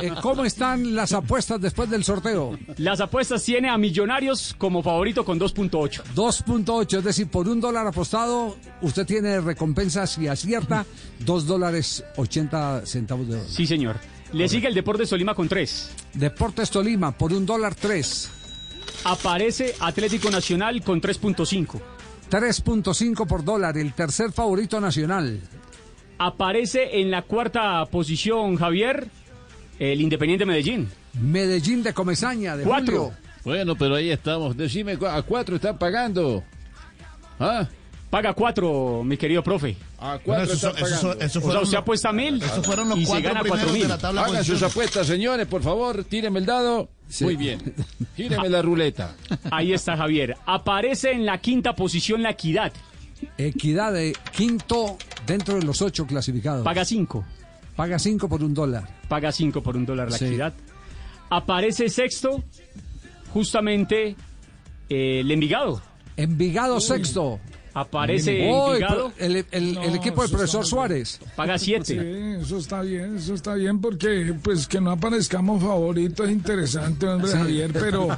Eh, ¿Cómo están las apuestas después del sorteo? Las apuestas tiene a Millonarios como favorito con 2.8. 2.8, es decir, por un dólar apostado, usted tiene recompensa si acierta 2 dólares 80 centavos de dólar. Sí, señor. Le sigue el Deportes Tolima con 3. Deportes Tolima, por un dólar 3. Aparece Atlético Nacional con 3.5. 3.5 por dólar, el tercer favorito nacional. Aparece en la cuarta posición, Javier, el Independiente Medellín. Medellín de Comezaña, de 4. Julio. Bueno, pero ahí estamos. Decime, ¿cu- ¿a cuatro están pagando? ¿Ah? Paga 4, mi querido profe. ¿A Bueno, cuatro eso- están eso- eso- pagando? eso O sea, fueron usted los- apuesta mil Esos fueron los y se cuatro gana primeros 4 de mil. la tabla Hagan sus posicional. apuestas, señores, por favor. Tírenme el dado. Muy bien. Gíreme la ruleta. Ahí está Javier. Aparece en la quinta posición la Equidad. Equidad de quinto dentro de los ocho clasificados. Paga 5. Paga 5 por un dólar. Paga 5 por un dólar la Sí. Equidad. Aparece sexto, justamente eh, el Envigado. Envigado sexto. Aparece Uy, Envigado, pero el, el- el No, equipo del eso profesor está muy bien. Suárez. paga 7. Sí, eso está bien, eso está bien porque pues que no aparezcamos favoritos es interesante, hombre Javier, pero,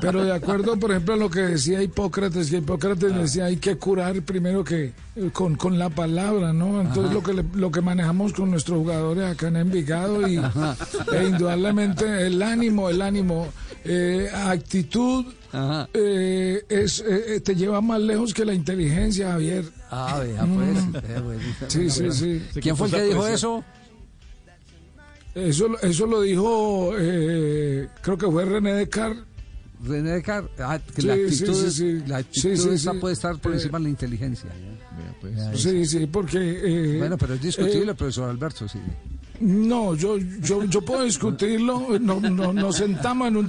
pero de acuerdo, por ejemplo, a lo que decía Hipócrates, que Hipócrates decía hay que curar primero que eh, con, con la palabra, ¿no? Entonces lo que le- lo que manejamos con nuestros jugadores acá en Envigado y e indudablemente el ánimo, el ánimo, eh, actitud Ajá. eh, es eh, eh, te lleva más lejos que la inteligencia, Javier. Ah, vea, pues. vea, pues. Sí, sí, sí. ¿Quién fue el que dijo eso? Eso, eso lo dijo, eh, creo que fue René Descartes. René Descartes, ah, que Sí, la sí, actitud, sí, sí. La Sí, actitud sí, esa sí. puede estar por Eh, encima de la inteligencia. Sí, sí, porque... eh, Bueno, pero es discutible, eh, profesor Alberto, sí. no, yo, yo, yo puedo discutirlo. No, no, nos sentamos en un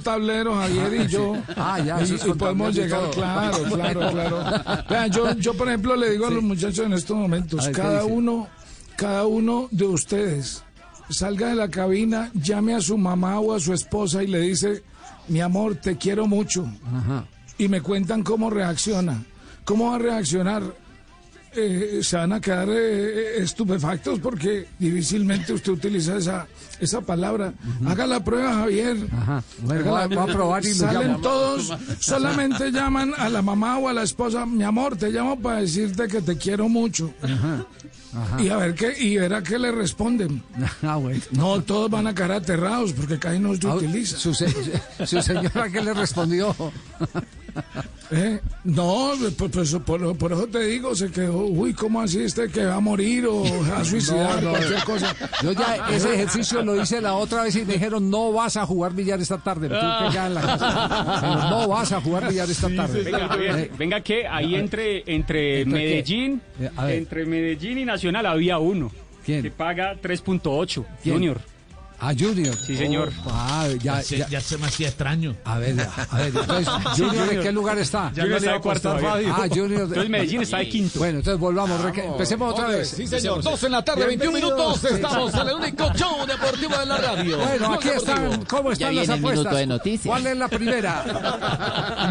tablero, Javier y yo. Ah, ya, y, eso es y podemos contabilidad y llegar, todo. claro, claro, claro. Vean, yo, yo, por ejemplo, le digo a los muchachos en estos A momentos, ver, ¿qué cada dice? uno, cada uno de ustedes salga de la cabina, llame a su mamá o a su esposa y le dice, mi amor, te quiero mucho. y me cuentan cómo reacciona. ¿Cómo va a reaccionar? Eh, se van a quedar eh, estupefactos porque difícilmente usted utiliza esa, esa palabra. Haga la prueba, Javier. Ajá. Bueno, Haga voy a- la- voy a probar y lo eh, Salen llamo. todos, solamente llaman a la mamá o a la esposa, mi amor, te llamo para decirte que te quiero mucho. Y a ver qué, y verá qué le responden. Ah, bueno. No, todos van a quedar aterrados porque casi no se Ah, utiliza. Su, se- su señora que le respondió. Eh, No, por, por eso- por- por eso te digo, se quedó, uy, ¿cómo así este que va a morir o a suicidar? No, no, cualquier cosa. Yo ya ese ejercicio lo hice la otra vez y me dijeron, no vas a jugar billar esta tarde. Me tuve que quedar en la casa. No vas a jugar billar esta tarde. Venga, Javier, Eh, venga que ahí entre, entre ¿Entre qué? Medellín, Eh, a ver. entre Medellín y Nacional había uno ¿Quién? que paga 3.8 ¿Quién? Junior. Ah, Junior. Sí, señor. Ah, ya, Se- ya. ya se me hacía extraño. A ver, a ver. Entonces, Junior, ¿en qué lugar está? Junior está de cuarto. Javier. Ah, Junior. Entonces Medellín está de quinto. Bueno, entonces volvamos, reca- empecemos otra vez. Sí, señor. Dos en la tarde, 21 minutos. Estamos en el único show deportivo de la radio. Bueno, Blog aquí Deportivo. están, ¿cómo están las viene el apuestas? minuto de noticias. ¿Cuál es la primera?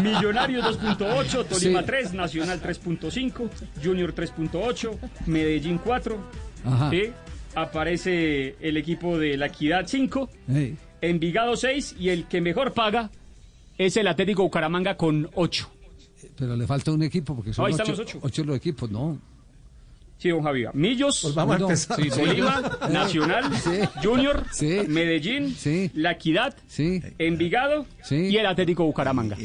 Millonarios 2.8, Tolima Sí. 3, Nacional 3.5, Junior 3.8, Medellín 4. Ajá. ¿sí? Aparece el equipo de la Equidad 5, Sí. Envigado 6 y el que mejor paga es el Atlético Bucaramanga con 8. Pero le falta un equipo porque son Ahí están ocho, los ocho. ocho los equipos, ¿no? Sí, don Javier. Millos. No. Sí, sí. Tolima, Nacional, Junior, Sí. Medellín, Sí. La Equidad, Sí. Envigado Sí. y el Atlético Bucaramanga.